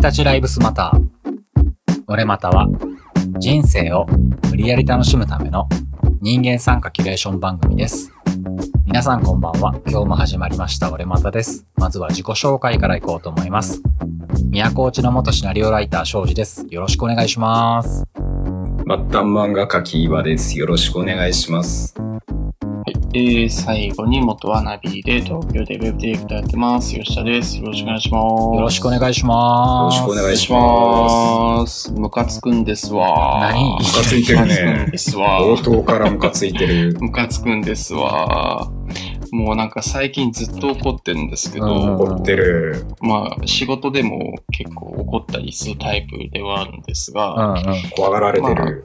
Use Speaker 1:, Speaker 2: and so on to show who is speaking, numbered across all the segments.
Speaker 1: たちライブスマター。俺または、人生を無理やり楽しむための人間参加キュレーション番組です。皆さんこんばんは。今日も始まりました俺またです。まずは自己紹介からいこうと思います。宮古内の元シナリオライター庄司です。よろしくお願いします。
Speaker 2: 末端漫画家キーワです。よろしくお願いします。
Speaker 3: はい、えー、最後に元はナビで東京でウェブディレクターやってます。吉田です。よろしくお願いします。
Speaker 1: よろしくお願いします。
Speaker 2: よろしくお願いし
Speaker 3: ま。
Speaker 2: ます
Speaker 3: ムカつくんですわ。
Speaker 1: 何
Speaker 2: ムカついてる
Speaker 3: ムカつくん
Speaker 2: ね
Speaker 3: で。すわ。
Speaker 2: 冒頭からムカついて る。
Speaker 3: ムカつくんですわ。もうなんか最近ずっと怒ってるんですけど、
Speaker 2: 怒ってる。
Speaker 3: まあ仕事でも結構怒ったりするタイプではあるんです
Speaker 1: う
Speaker 3: が、
Speaker 1: んうん。
Speaker 2: 怖がられてる。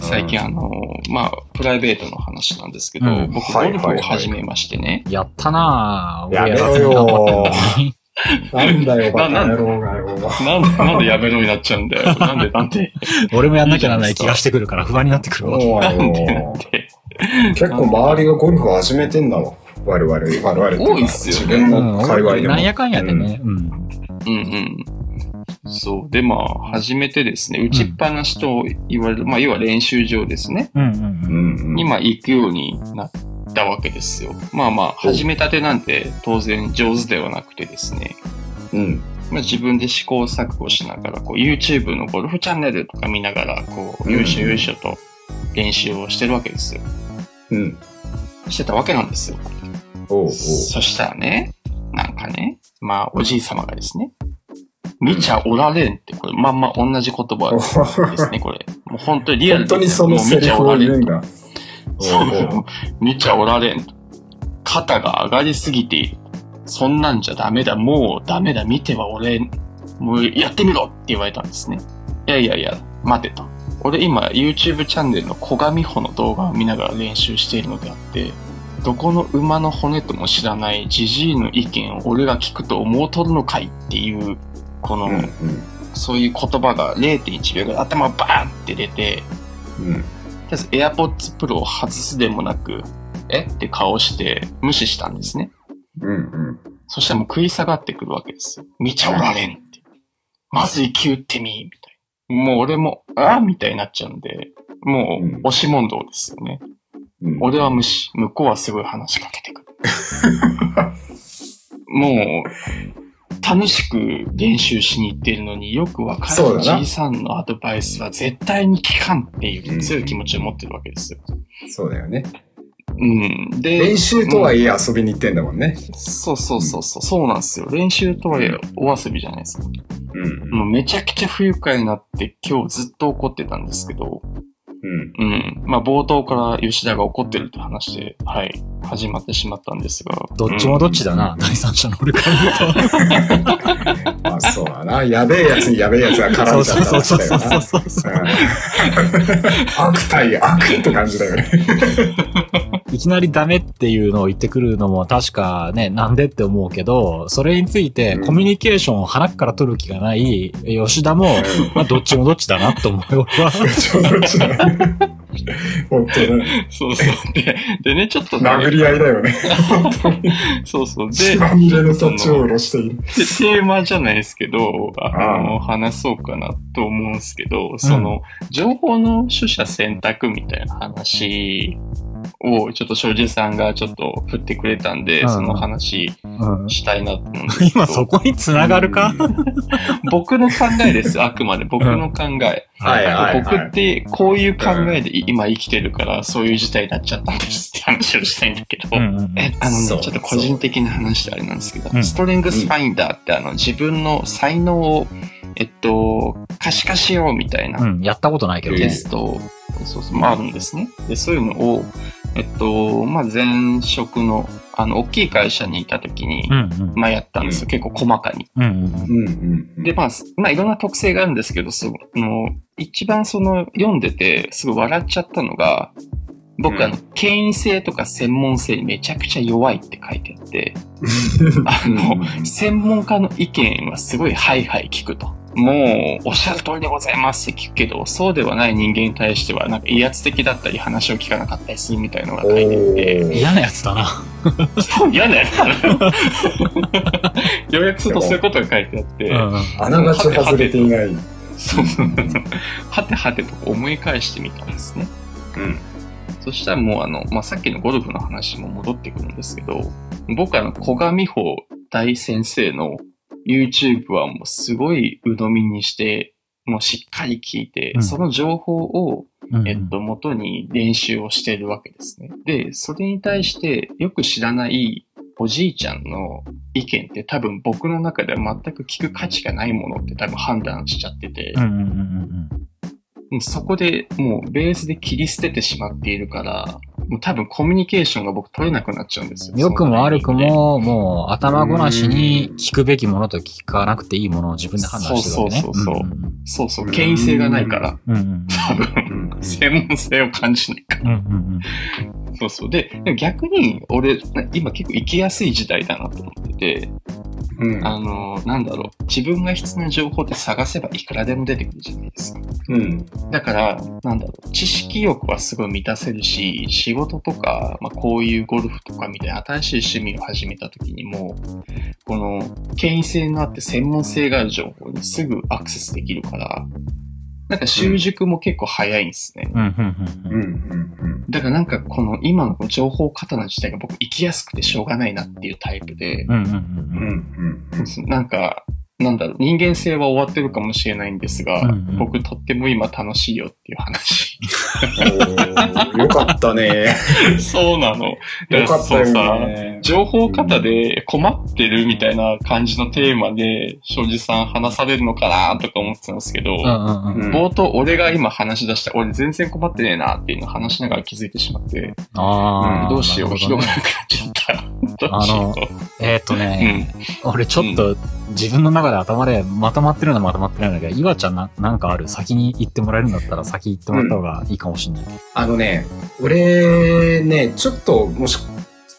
Speaker 3: 最近あの、まあプライベートの話なんですけど、
Speaker 1: うん
Speaker 3: 僕ゴ
Speaker 2: はい
Speaker 3: ルフ
Speaker 2: はいはい
Speaker 3: を始めましてね、
Speaker 1: やったなぁ。
Speaker 2: やめろよ なんだよ、バカ野郎がよ。
Speaker 3: なんで、なんでやめろになっちゃうんだよ。なんで、なんで、
Speaker 1: 俺もやんなきゃならない気がしてくるから不安になってくるわ。
Speaker 2: もうあ
Speaker 3: なんで、なん
Speaker 2: の、
Speaker 3: で。
Speaker 2: 結構周りがゴルフを始めてんだわ。我々、我々ってうか
Speaker 3: 多いっすよね
Speaker 2: 自分の界隈でも。
Speaker 1: なんやかんやでね。うん。
Speaker 3: うんうん。そう。で、まあ、初めてですね、打ちっぱなしと言われる、まあ、要は練習場ですね。
Speaker 1: うんう
Speaker 2: うんん。うん。
Speaker 3: 今行くようになったわけですよ。まあまあ、始めたてなんて当然上手ではなくてですね。
Speaker 2: うん。
Speaker 3: まあ、自分で試行錯誤しながら、こう、YouTube のゴルフチャンネルとか見ながら、こう、
Speaker 2: うん
Speaker 3: よいしょよいしょと練習をしてるわけですよ。
Speaker 2: うん。
Speaker 3: してたわけなんですよ。
Speaker 2: おうおう。
Speaker 3: そしたらね、なんかね、まあ、おじい様がですね、見ちゃおられんって、これ、まんま同じ言葉です ね、これ。もう本当にリアル
Speaker 2: 本当にその
Speaker 3: もう
Speaker 2: セ
Speaker 3: 見
Speaker 2: リ
Speaker 3: ちゃ
Speaker 2: フ
Speaker 3: お
Speaker 2: を
Speaker 3: られ
Speaker 2: 言うんん
Speaker 3: と。
Speaker 2: だ。
Speaker 3: そ
Speaker 2: おうおう
Speaker 3: う、 見ちゃおられんと。肩が上がりすぎている。そんなんじゃダメだ、もうダメだ、見てはおれん。もうやってみろって言われたんですね。いやいやいや、待てと。俺今 YouTube チャンネルの小上穂の動画を見ながら練習しているのであって、どこの馬の骨とも知らないジジイの意見を俺が聞くと思うとるのかいっていう、この、
Speaker 2: うんうん
Speaker 3: そういう言葉が0.1秒ぐらい頭バーンって出て、
Speaker 2: うん。
Speaker 3: とりあえず AirPods Pro を外すでもなく、えって顔して無視したんですね。
Speaker 2: うん
Speaker 3: そしたらもう食い下がってくるわけですよ。見ちゃおられんって。まず生き打ってみーみたいな。もう俺も、ああみたいになっちゃうんで、も
Speaker 2: うん
Speaker 3: う押し問答ですよね。
Speaker 2: うん。うん。
Speaker 3: 俺は無視。向こうはすごい話しかけ てくる。もう、楽しく練習しに行ってるのによくわか
Speaker 2: そう
Speaker 3: る
Speaker 2: だな
Speaker 3: じいさんのアドバイスは絶対に聞かんっていう強い気持ちを持ってるわけですよ。
Speaker 2: そうだよね。
Speaker 3: うん。で、
Speaker 2: 練習とはいえ遊びに行ってんだもんね。
Speaker 3: そうそうそうそう、そうなんですよ。練習とはいえお遊びじゃないですか。
Speaker 2: うん
Speaker 3: もうめちゃくちゃ不愉快になって今日ずっと怒ってたんですけど、
Speaker 2: うん。
Speaker 3: うん。まあ冒頭から吉田が怒ってるって話で、はい、始まってしまったんで すが。
Speaker 1: どっちもどっちだな、第三者の俺から見る
Speaker 2: まあそうだな。やべえやつにやべえやつが
Speaker 1: と。
Speaker 2: 絡んじゃった
Speaker 1: そうそう
Speaker 2: らしだ
Speaker 1: そ
Speaker 2: よ
Speaker 1: うそう。そうそ
Speaker 2: な
Speaker 1: う。
Speaker 2: うん悪対悪って感じだよね。
Speaker 1: いきなりダメっていうのを言ってくるのも確かね、なんでって思うけど、それについて
Speaker 2: うん
Speaker 1: コミュニケーションを鼻から取る気がない吉田も、まあどっちもどっちだなと思うよ。俺は
Speaker 2: ちょうどちょうど本当だね。
Speaker 3: そうそう。 で、でね、ちょっとね、
Speaker 2: 殴り合いだよね。本当に。
Speaker 3: そうそう。で、
Speaker 2: 血まみれの土地を下ろしている。
Speaker 3: テテーマじゃないですけど、あ
Speaker 2: あ
Speaker 3: の、話そうかなと思うんですけど、その、情報の取捨選択みたいな話を、ちょっと庄司さんがちょっと振ってくれたんで、
Speaker 1: うん
Speaker 3: その話
Speaker 1: うん
Speaker 3: したいなと思うんですけど、
Speaker 1: 今そこに繋がるか
Speaker 2: うん
Speaker 3: 僕の考えです、 あくまで僕の考え。
Speaker 2: はいはいはい
Speaker 3: 僕ってこういう考えで今生きてるから、そういう事態になっちゃったんですって話をしたいんだけど、
Speaker 1: うんうん
Speaker 3: え、あのね、ち
Speaker 2: そ
Speaker 3: ょ
Speaker 2: う
Speaker 3: っと個人的な話であれなんですけど、
Speaker 1: うん
Speaker 3: ストレングスファインダーってあの、自分の才能を、えっと、可視化しようみたいな
Speaker 1: うん。うん、やったことないけど
Speaker 3: テ
Speaker 1: ね。
Speaker 3: スト、そうそう、まああるんですね。で、そういうのを、えっと、まあ前職の、あの、大きい会社にいた時に
Speaker 1: う、ん
Speaker 3: まあやったんですよ。結構細かに。
Speaker 1: うん。うんうんうん。
Speaker 2: うんうん。
Speaker 3: で、まあ、すまあいろんな特性があるんですけど、その、一番その、読んでて、すごい笑っちゃったのが、僕、
Speaker 2: うん
Speaker 3: あの、権威性とか専門性にめちゃくちゃ弱いって書いてあって、あの、専門家の意見はすごいはいはい聞くと。もう、おっしゃる通りでございますって聞くけど、そうではない人間に対しては、なんか威圧的だったり話を聞かなかったりするみたいのが書いてあって、
Speaker 2: ー
Speaker 1: 嫌なやつだな。
Speaker 3: 嫌なやつだな。要約するとそういうことが書いてあって、
Speaker 1: うん
Speaker 2: あながち外れていない。
Speaker 3: そうそうそうはてはてと思い返してみたんですね。
Speaker 2: うん。
Speaker 3: そしたらもうあの、まあ、さっきのゴルフの話も戻ってくるんですけど、僕はあの、小賀美穂大先生の YouTube はもうすごい鵜呑みにして、もうしっかり聞いて、
Speaker 1: うん
Speaker 3: その情報を、
Speaker 1: うん。
Speaker 3: えっと、元に練習をしてるわけですね。で、それに対してよく知らないおじいちゃんの意見って多分僕の中では全く聞く価値がないものって多分判断しちゃってて、
Speaker 1: うんうんうんうん
Speaker 3: もうそこでもうベースで切り捨ててしまっているから、もう多分コミュニケーションが僕取れなくなっちゃうんです
Speaker 1: う
Speaker 3: よ。
Speaker 1: ん。良くも悪く
Speaker 3: そのタイミングで。
Speaker 1: も、もう頭ごなしに聞くべきものと聞かなくていいものを自分で判断してるわけね。
Speaker 3: そうそうそうそ
Speaker 1: ん
Speaker 3: そうそう、権威性がないから、
Speaker 1: うんうん。
Speaker 3: 多分、
Speaker 2: うん
Speaker 3: 専門性を感じないから。
Speaker 1: うんうん
Speaker 3: そうそう。で、でも逆に俺、今結構生きやすい時代だなと思ってて、
Speaker 2: うん。
Speaker 3: あの、なんだろう、自分が必要な情報って探せばいくらでも出てくるじゃないですか。
Speaker 2: うん。
Speaker 3: だから、なんだろう、知識欲はすごい満たせるし、仕事とか、まあ、こういうゴルフとかみたいな新しい趣味を始めた時にも、この、権威性のあって専門性がある情報にすぐアクセスできるから、なんか習熟も結構早いんですね。
Speaker 1: うん。うんうんうん
Speaker 2: う。
Speaker 1: うん。
Speaker 2: うんん。
Speaker 3: だからなんかこの今のこの情報過多な時代が僕生きやすくてしょうがないなっていうタイプ
Speaker 1: う
Speaker 3: で、
Speaker 1: んうん
Speaker 2: うん。
Speaker 1: うん
Speaker 2: うん。
Speaker 3: なんか、なんだろう、人間性は終わってるかもしれないんですが、
Speaker 1: うんうん
Speaker 3: 僕とっても今楽しいよっていう話。
Speaker 2: おーよかったね。
Speaker 3: そうなの。
Speaker 2: よかった
Speaker 3: だから
Speaker 2: よ
Speaker 3: そうさ
Speaker 2: ね。
Speaker 3: 情報型で困ってるみたいな感じのテーマで、庄司さん話されるのかなとか思ってたんですけ
Speaker 1: う
Speaker 3: ど、
Speaker 1: んうんうん。
Speaker 2: うん
Speaker 3: 冒頭俺が今話し出した、俺全然困ってねえなっていうのを話しながら気づいてしまって、
Speaker 1: あ
Speaker 3: う
Speaker 1: あ。
Speaker 3: んどうしよう、
Speaker 1: なる
Speaker 3: ひ
Speaker 1: ほど
Speaker 3: ど
Speaker 1: ね
Speaker 3: くなくなっちゃった。どうしよ
Speaker 1: えーっと
Speaker 3: う。う
Speaker 1: ね、
Speaker 3: ん。
Speaker 1: 俺ちょっと自分の中で頭でまとまってるのはまとまってないんだけど、岩ちゃんななんかある先に行ってもらえるんだったら先行ってもらった方がいいかもしんない。
Speaker 2: あのね、俺ね、ちょっともし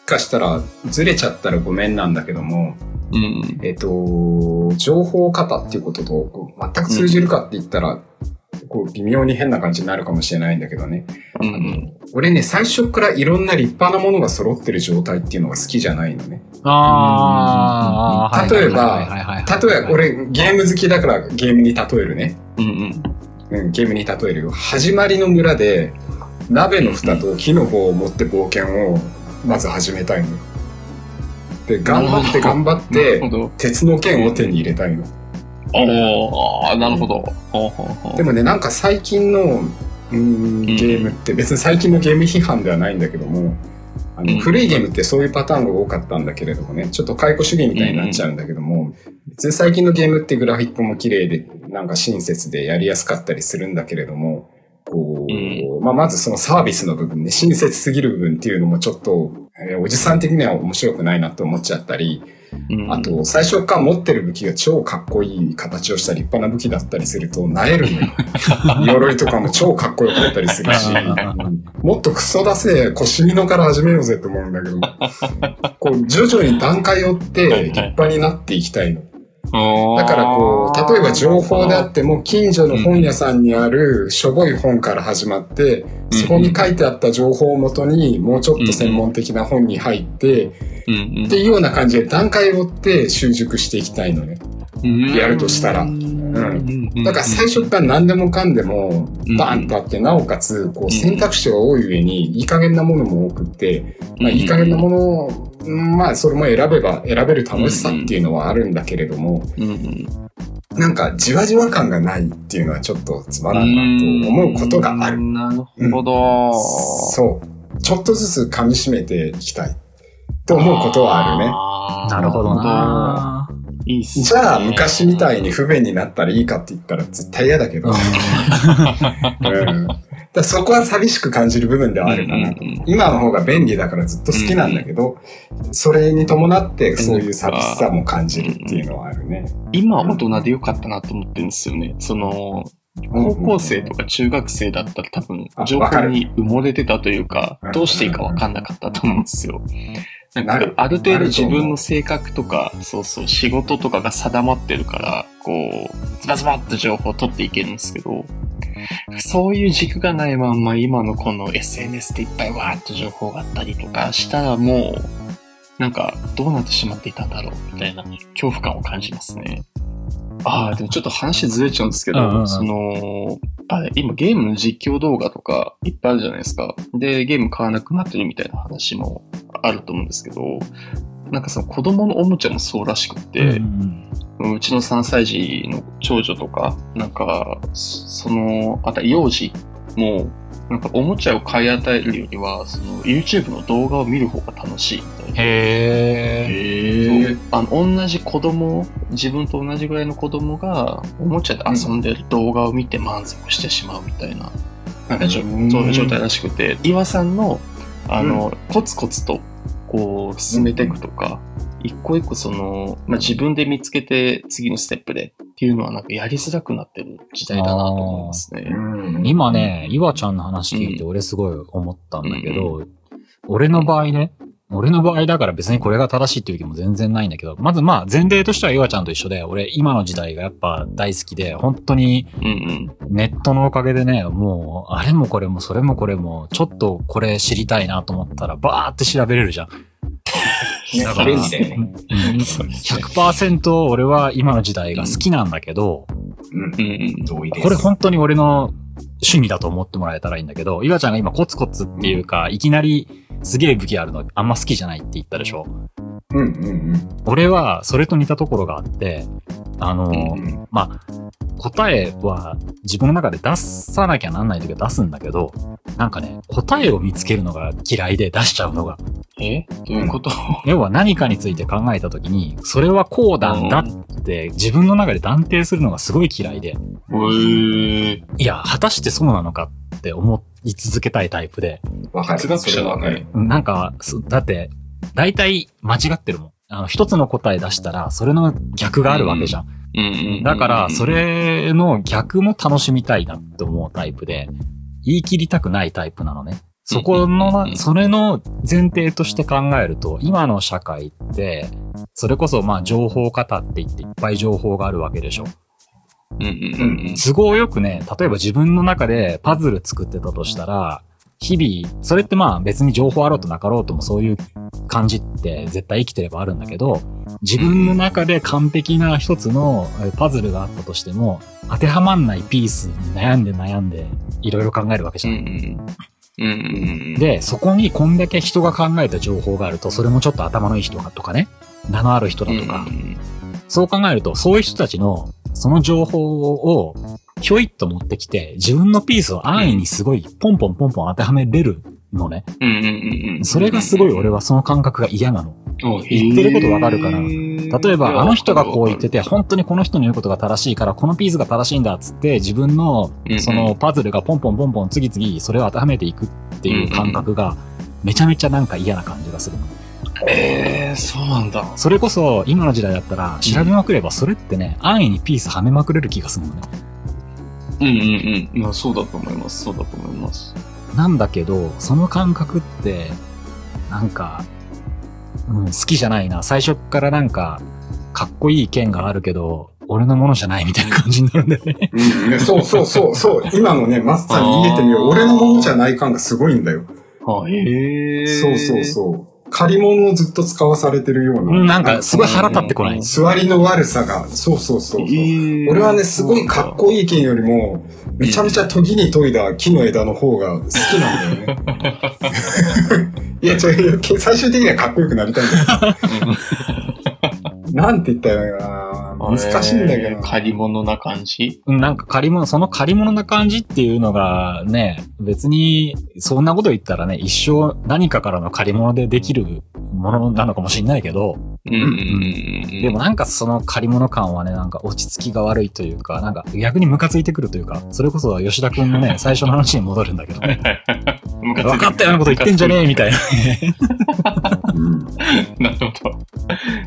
Speaker 2: かしたらずれちゃったらごめんなんだけども、
Speaker 3: うん。
Speaker 2: えっと、情報型っていうこととこう全く通じるかって言ったら、こう微妙に変な感じになるかもしれないんだけどね。
Speaker 3: う
Speaker 2: あ
Speaker 3: ん。
Speaker 2: の俺ね、最初からいろんな立派なものが揃ってる状態っていうのが好きじゃないのね。
Speaker 1: ああ、
Speaker 2: 例えば例えば、
Speaker 1: 俺、
Speaker 2: 俺ゲーム好きだからゲームに例えるね。
Speaker 3: うん。うん。
Speaker 2: うん、ゲームに例えるよ。始まりの村で、鍋の蓋と木の棒を持って冒険をまず始めたいの。で、頑張って頑張っ
Speaker 3: なるほ
Speaker 2: て、
Speaker 3: ど。
Speaker 2: 鉄の剣を手に入れたいの。
Speaker 3: おー、なるほど。ほうほうほう
Speaker 2: でもね、なんか最近の、うーん、ゲームって、別に最近のゲーム批判ではないんだけども、あ
Speaker 3: うん
Speaker 2: の古いゲームってそういうパターンが多かったんだけれどもね、ちょっと解雇主義みたいになっちゃうんだけども、別に最近のゲームってグラフィックも綺麗で、なんか親切でやりやすかったりするんだけれども、こ
Speaker 3: う
Speaker 2: う、まあ、まずそのサービスの部分ね、親切すぎる部分っていうのもちょっと、えーおじさん的には面白くないなと思っちゃったり、
Speaker 3: うん
Speaker 2: あと、最初から持ってる武器が超かっこいい形をした立派な武器だったりすると、慣れる のよ。鎧とかも超かっこよかったりするし、もっとクソ出せ、腰身のから始めようぜって思うんだけど、こう、徐々に段階を追って立派になっていきたいの。だからこう、例えば情報であっても、近所の本屋さんにあるしょぼい本から始まって、
Speaker 3: うん
Speaker 2: そこに書いてあった情報をもとに、もうちょっと専門的な本に入って、
Speaker 3: うんうん
Speaker 2: っていうような感じで段階を追って習熟していきたいのね。
Speaker 3: うん
Speaker 2: やるとしたら
Speaker 3: うん
Speaker 2: だから最初から何でもかんでも
Speaker 3: うん
Speaker 2: バーンとあって、なおかつこ
Speaker 3: ん
Speaker 2: う選択肢が多い上にいい加減なものも多くって、まあいい加減なものを、うんまあそれも選べば選べる楽しさっていうのはあるんだけれども、
Speaker 3: うんうん
Speaker 2: なんかじわじわ感がないっていうのはちょっとつまらんなと思うことがある。
Speaker 3: なるほど。
Speaker 2: そう。ちょっとずつ噛み締めていきたい。と思うことはあるね。
Speaker 3: あー
Speaker 1: なるほどな。
Speaker 3: いいっすね
Speaker 2: じゃあ昔みたいに不便になったらいいかって言ったら絶対嫌だけど。うんだからそこは寂しく感じる部分ではあるかなと。
Speaker 3: うんうんうん
Speaker 2: 今の方が便利だからずっと好きなんだけど、それに伴ってそういう寂しさも感じるっていうのはあるね。
Speaker 3: 今大人でよかったなと思ってるんですよね。その、高校生とか中学生だったら多分
Speaker 2: あ、
Speaker 3: 情
Speaker 2: わか
Speaker 3: 報
Speaker 2: る
Speaker 3: に埋もれてたというか
Speaker 2: うん、
Speaker 3: どうしていいかわかんなかったと思うんですよ。な
Speaker 2: なんる
Speaker 3: か、ある程
Speaker 2: な
Speaker 3: 度
Speaker 2: ると
Speaker 3: 自
Speaker 2: 思う
Speaker 3: 分の性格とか、そうそう、仕事とかが定まってるから、こう、ズバズバっと情報を取っていけるんですけど、そういう軸がないまんま、今のこの SNS でいっぱいわーっと情報があったりとかしたらもう、なんか、どうなってしまっていたんだろう、みたいな恐怖感を感じますね。ああ、でもちょっと話ずれちゃうんですけど、
Speaker 1: うんうんうん
Speaker 3: その、あれ、今ゲームの実況動画とかいっぱいあるじゃないですか。で、ゲーム買わなくなってるみたいな話もあると思うんですけど、なんかその子供のおもちゃもそうらしくって、
Speaker 1: うん
Speaker 3: うちの3歳児の長女とか、なんか、そその、あとは幼児も、なんかおもちゃを買い与えるよりは、その YouTube の動画を見る方が楽しいみたいな。
Speaker 1: へえ。
Speaker 2: へえ。
Speaker 3: あの同じ子供、自分と同じぐらいの子供がおもちゃで遊んでる動画を見て満足してしまうみたいな、なんかじょ
Speaker 2: うん
Speaker 3: そういう状態らしくて、岩さんの、あの、コツコツと、こう、進めていくとか、一個一個その、まあ、自分で見つけて次のステップでっていうのはなんかやりづらくなってる時代だなと思いますね。
Speaker 2: うん
Speaker 1: 今ね、いわちゃんの話聞いて俺すごい思ったんだけど、俺の場合ね、俺の場合だから別にこれが正しいっていう気も全然ないんだけど、まずまあ前提としてはいわちゃんと一緒で、俺今の時代がやっぱ大好きで、本当に
Speaker 3: うんうん。
Speaker 1: ネットのおかげでね、もうあれもこれもそれもこれも、ちょっとこれ知りたいなと思ったらバーって調べれるじゃん。
Speaker 2: ね
Speaker 1: だから
Speaker 2: 便利だよね。
Speaker 1: うん
Speaker 3: そうですね
Speaker 1: 100%俺は今の時代が好きなんだけど、
Speaker 2: うん
Speaker 3: う。んうん。
Speaker 2: 同意です。
Speaker 1: これ本当に俺の趣味だと思ってもらえたらいいんだけど、いわちゃんが今コツコツっていうか、いきなりすげえ武器あるのあんま好きじゃないって言ったでしょ
Speaker 2: うんうんうん。
Speaker 1: 俺はそれと似たところがあって、あの、
Speaker 3: うんうん
Speaker 1: まあ、答えは自分の中で出さなきゃなんない時は出すんだけど、なんかね、答えを見つけるのが嫌いで出しちゃうのが。
Speaker 3: えどういう こと、
Speaker 1: 要は何かについて考えた時に、それはこうなんだって自分の中で断定するのがすごい嫌いで、
Speaker 3: えー、
Speaker 1: いや、果たしてそうなのかって思い続けたいタイプで、
Speaker 2: わかる。
Speaker 3: 哲学者だ
Speaker 2: わかる
Speaker 3: ね。。
Speaker 1: なんか、そだって、大体間違ってるもん。あの、一つの答え出したら、それの逆があるわけじゃん。
Speaker 3: うんうんうん
Speaker 1: だから、そ、れの逆も楽しみたいなって思うタイプで、言い切りたくないタイプなのね。そこ
Speaker 3: うんうんう
Speaker 1: の、
Speaker 3: ん
Speaker 1: それの前提として考えると、今の社会って、それこそまあ情報型って言っていっぱい情報があるわけでしょ。
Speaker 3: うんうんうんうん。
Speaker 1: 都合よくね、例えば自分の中でパズル作ってたとしたら、日々、それってまあ別に情報あろうとなかろうともそういう感じって絶対生きてればあるんだけど、自分の中で完璧な一つのえーパズルがあったとしても、当てはまんないピースに悩んで悩んでいろいろ考えるわけじ
Speaker 3: う
Speaker 1: ゃ
Speaker 3: ん
Speaker 1: ん。
Speaker 3: うん。うんうんうん。、
Speaker 1: で、そこにこんだけ人が考えた情報があると、それもちょっと頭のいい人がとかね、名のある人だとか、そう考えると、そういう人たちの、その情報を、ひょいっと持ってきて、自分のピースを安易にすごい、ポンポンポンポン当てはめれるのね。
Speaker 3: うんうんうんうん。
Speaker 1: それがすごい俺はその感覚が嫌なの。
Speaker 3: お、
Speaker 1: 言ってることわかるから例
Speaker 3: 例
Speaker 1: えば、あの人がこう言ってて、本当にこの人の言うことが正しいから、このピースが正しいんだっつって、自分の
Speaker 3: うんう、ん
Speaker 1: そのパズルがポンポンポンポン次々、それを当てはめていくっていう感覚が、めちゃめちゃなんか嫌な感じがするの。
Speaker 3: えー、そうなんだ。
Speaker 1: それこそ、今の時代だったら、調べまくれば、それってね、安易にピースはめまくれる気がするのね。
Speaker 3: うんうんうん。まあ、そうだと思います。そうだと思います。
Speaker 1: なんだけど、その感覚って、なんか、うん、好きじゃないな。最初っからなんか、かっこいい剣があるけど、俺のものじゃないみたいな感じになるんだよね。
Speaker 2: うんねそうそうそう、そう。今のね、マスさんに言えてみよ
Speaker 3: あ
Speaker 2: う。
Speaker 3: ー
Speaker 2: 俺のものじゃない感がすごいんだよ。
Speaker 3: はえ
Speaker 2: そうそうそう。借り物をずっと使わされてるよう
Speaker 1: う
Speaker 2: な。
Speaker 1: んなんか、すごい腹立ってこない。
Speaker 2: 座りの悪さが、そうそうそうそう。俺はね、すごいかっこいい剣よりも、めちゃめちゃ研ぎに研いだ木の枝の方が好きなんだよね。 いや、ちょ、いや最終的にはかっこよくなりたいんだよ。なんて言ったらいいのかな難しいんだけどな。
Speaker 3: 借り物な感じ
Speaker 1: うんなんか借り物、その借り物な感じっていうのがね、別に、そんなこと言ったらね、一生何かからの借り物でできるものなのかもしれないけど、
Speaker 3: うんうんうん。
Speaker 1: でも、なんかその借り物感はね、なんか落ち着きが悪いというか、なんか逆にムカついてくるというか、それこそ吉田くんのね、最初の話に戻るんだけどね。
Speaker 3: 分
Speaker 1: 分かったようなこと言ってんじゃねえみたいな。
Speaker 2: うん
Speaker 3: なるほど。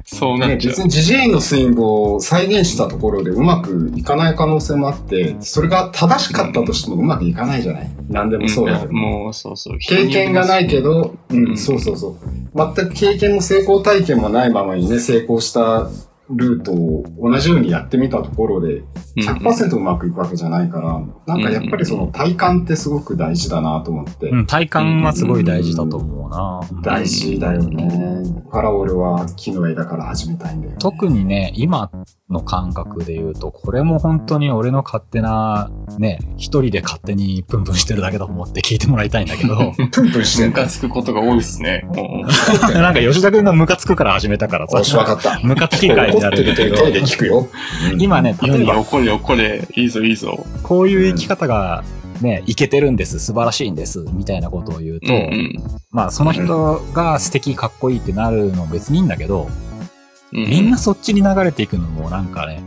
Speaker 3: そうな
Speaker 2: ね、
Speaker 3: っちゃう
Speaker 2: 別。にジジイのスイングを再現したところでうまくいかない可能性もあって、それが正しかったとしてもうまくいかないじゃない何でもそうだけど。
Speaker 3: もう、そうそう。
Speaker 2: 経験がないけど、うん、
Speaker 3: うん
Speaker 2: そうそうそう。全く経験も成功体験もないままにね、成功したルートを同じようにやってみたところで、100%うまくいくわけじゃないから、なんかやっぱりその体感ってすごく大事だなと思って、
Speaker 1: うん、体感はすごい大事だと思うな。
Speaker 2: 大事だよね。だから俺は木の枝から始めたいんだよ、ね。
Speaker 1: 特にね、今の感覚で言うと、これも本当に俺の勝手な、ね、一人で勝手にプンプンしてるだけだと思って聞いてもらいたいんだけど、
Speaker 2: プンプンして
Speaker 3: ム
Speaker 2: んだ。
Speaker 3: カつくことが多いですね。
Speaker 1: なんか吉田くんがムカつくから始めたから
Speaker 2: よし、わか
Speaker 1: さ、
Speaker 2: った。
Speaker 1: ムカつき会
Speaker 2: 怒
Speaker 1: にな
Speaker 2: って
Speaker 1: るん
Speaker 2: る
Speaker 1: だけ
Speaker 2: 手
Speaker 1: ど、
Speaker 2: 手で聞くよ。うん
Speaker 1: 今ね、
Speaker 3: いや
Speaker 1: 例え
Speaker 3: いや、
Speaker 1: ば
Speaker 3: 怒れ怒れ。いいぞいいぞ。
Speaker 1: こういう生き方が、ね、いけてるんです、素晴らしいんです、みたいなことを言うと、まあその人が素敵、かっこいいってなるの別にいいんだけど、
Speaker 3: うんうん
Speaker 1: みんなそっちに流れていくのもなんかね、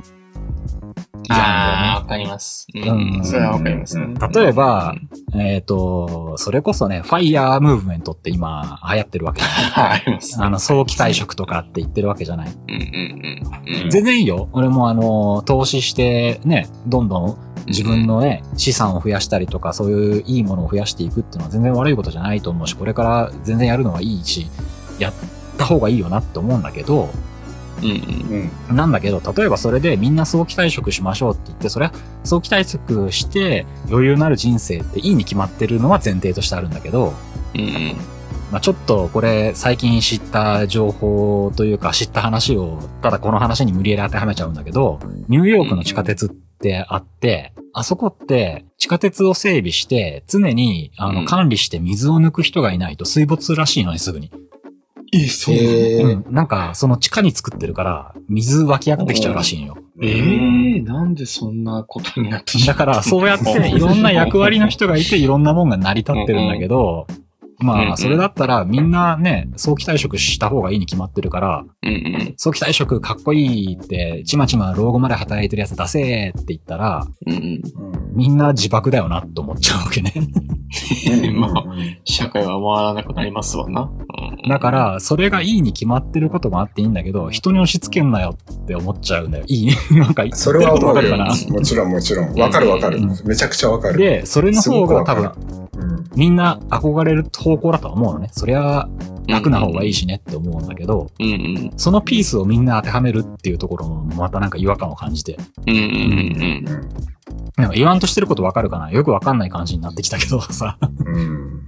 Speaker 1: 嫌
Speaker 3: ああ、
Speaker 1: な
Speaker 3: わかります。う
Speaker 1: うん
Speaker 3: ん。それはわかりますね。
Speaker 1: 例えば、えっ、と、それこそね、ファイヤームーブメントって今流行ってるわけじ ゃない。
Speaker 3: はい、あります。
Speaker 1: あの、早期退職とかって言ってるわけじゃない。
Speaker 3: うんうんうんうん。
Speaker 1: 全然いいよ。俺もあの、投資してね、どんどん自分のね、資産を増やしたりとか、そういういいものを増やしていくっていうのは全然悪いことじゃないと思うし、これから全然やるのはいいし、やった方がいいよなって思うんだけど、
Speaker 3: うんうん。
Speaker 2: うん。
Speaker 1: なんだけど、例えばそれでみんな早期退職しましょうって言って、それは早期退職して余裕のある人生っていいに決まってるのは前提としてあるんだけど、
Speaker 3: うんうん。
Speaker 1: まあ、ちょっとこれ最近知った情報というか知った話を、ただこの話に無理やり当てはめちゃうんだけど、ニューヨークの地下鉄ってあって、あそこって地下鉄を整備して常にあ
Speaker 3: う
Speaker 1: の
Speaker 3: ん
Speaker 1: 管理して水を抜く人がいないと水没らしいのにすぐに。
Speaker 3: え、そう
Speaker 2: え
Speaker 1: う
Speaker 2: ー
Speaker 1: ん、なんかその地下に作ってるから水湧き上がってきちゃうらしいんよ。
Speaker 3: ええ、なんでそんなことになって
Speaker 1: だから、そうや っていろんな役割の人がいて、いろんなもんが成り立ってるんだけど、
Speaker 3: うん
Speaker 1: ま
Speaker 3: うん
Speaker 1: あ、それだったらみんなね、早期退職した方がいいに決まってるから、
Speaker 3: うんうん
Speaker 1: 早期退職かっこいいって、ちまちま老後まで働いてるやつ出せーって言ったら、
Speaker 3: うん
Speaker 2: うん
Speaker 1: みんな自爆だよなって思っちゃうわけ ね。
Speaker 3: うん。まあ、
Speaker 2: うん
Speaker 3: 社会は回らなくなりますわな。うん
Speaker 1: だか、ら、それがいいに決まってることもあっていいんだけど、人に押し付けんなよって思っちゃうんだよ。いいね。 なんか言って
Speaker 2: それ
Speaker 1: る
Speaker 2: は
Speaker 1: ことわ
Speaker 2: 思
Speaker 1: か
Speaker 2: う
Speaker 1: る
Speaker 2: よ
Speaker 1: かな。。
Speaker 2: もちろんもちろん。わかるわかる
Speaker 1: うん。
Speaker 2: めちゃくちゃわかる。
Speaker 1: で、それの方が多分、
Speaker 2: うん、
Speaker 1: みんな憧れる方向だとは思うのね。そりゃ、楽な方がいい。しねって思うんだけど、
Speaker 3: うんうん。
Speaker 1: そのピースをみんな当てはめるっていうところもまたなんか違和感を感じて、
Speaker 3: うんうん
Speaker 1: なんか言わんとしてることわかるかなよくわかんない感じになってきたけどさ。
Speaker 2: うん
Speaker 3: うん。